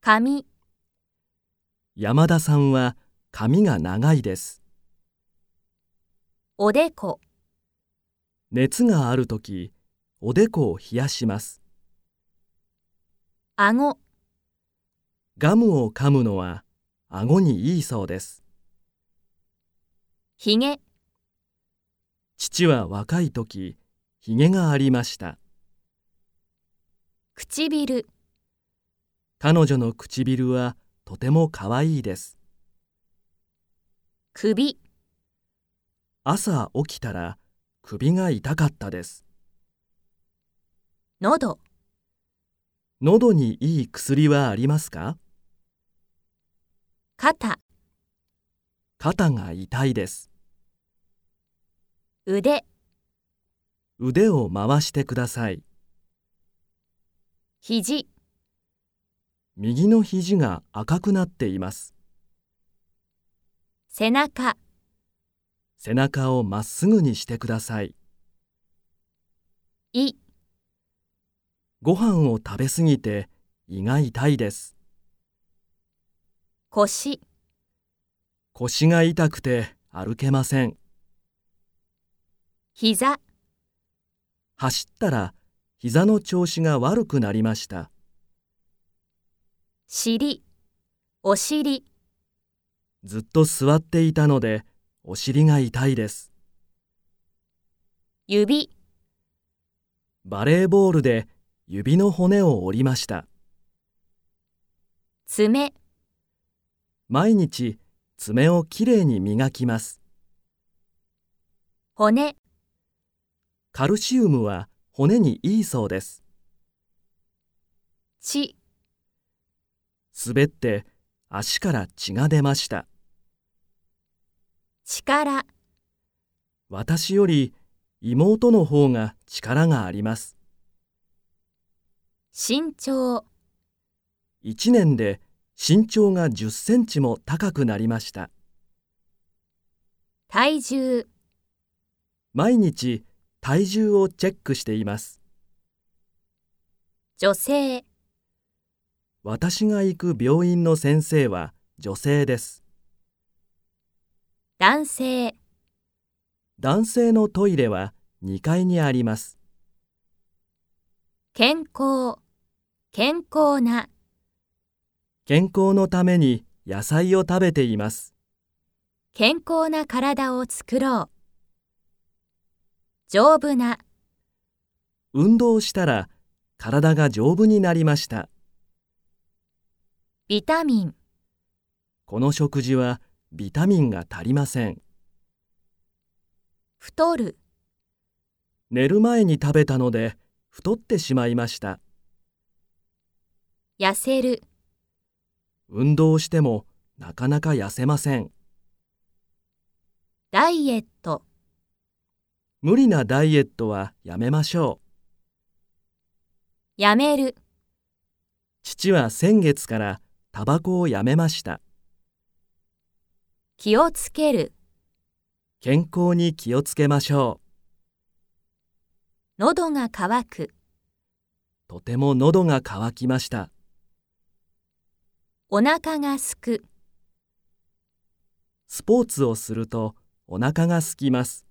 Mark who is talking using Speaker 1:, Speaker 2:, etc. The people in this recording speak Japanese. Speaker 1: 髪、
Speaker 2: 山田さんは髪が長いです。
Speaker 1: おでこ、
Speaker 2: 熱があるとき、おでこを冷やします。
Speaker 1: 顎、
Speaker 2: ガムを噛むのは顎にいいそうです。
Speaker 1: ひげ、
Speaker 2: 父は若いとき、ひげがありました。
Speaker 1: 唇、
Speaker 2: 彼女の唇はとても可愛いです。
Speaker 1: 首、
Speaker 2: 朝起きたら首が痛かったです。
Speaker 1: 喉、
Speaker 2: 喉にいい薬はありますか
Speaker 1: 肩、
Speaker 2: 肩が痛いです。
Speaker 1: 腕、
Speaker 2: 腕を回してください。
Speaker 1: 肘、
Speaker 2: 右の肘が赤くなっています。
Speaker 1: 背中、
Speaker 2: 背中をまっすぐにしてください。
Speaker 1: 胃、
Speaker 2: ご飯を食べ過ぎて胃が痛いです。
Speaker 1: 腰、
Speaker 2: 腰が痛くて歩けません。
Speaker 1: 膝、
Speaker 2: 走ったら膝の調子が悪くなりました。
Speaker 1: 尻、お尻、
Speaker 2: ずっと座っていたのでお尻が痛いです。
Speaker 1: 指、
Speaker 2: バレーボールで指の骨を折りました。
Speaker 1: 爪、
Speaker 2: 毎日爪をきれいに磨きます。
Speaker 1: 骨、
Speaker 2: カルシウムは骨にいいそうです。
Speaker 1: 血、
Speaker 2: 滑って足から血が出ました。
Speaker 1: 力、
Speaker 2: 私より妹の方が力があります。
Speaker 1: 身長、
Speaker 2: 1年で身長が10センチも高くなりました。
Speaker 1: 体重、
Speaker 2: 毎日体重をチェックしています。
Speaker 1: 女性、
Speaker 2: 私が行く病院の先生は女性です。
Speaker 1: 男性、
Speaker 2: 男性のトイレは2階にあります。
Speaker 1: 健康、健康な、
Speaker 2: 健康のために野菜を食べています。
Speaker 1: 健康な体を作ろう。丈夫な、
Speaker 2: 運動したら体が丈夫になりました。
Speaker 1: ビタミン、
Speaker 2: この食事はビタミンが足りません。
Speaker 1: 太る、
Speaker 2: 寝る前に食べたので太ってしまいました。
Speaker 1: 痩せる、
Speaker 2: 運動してもなかなか痩せません。
Speaker 1: ダイエット、
Speaker 2: 無理なダイエットはやめましょう。
Speaker 1: やめる、
Speaker 2: 父は先月からタバコをやめました。
Speaker 1: 気をつける、
Speaker 2: 健康に気をつけましょ
Speaker 1: 喉が渇く、
Speaker 2: う。とても喉が渇きました。
Speaker 1: お腹がすく。
Speaker 2: スポーツをするとお腹が空きます。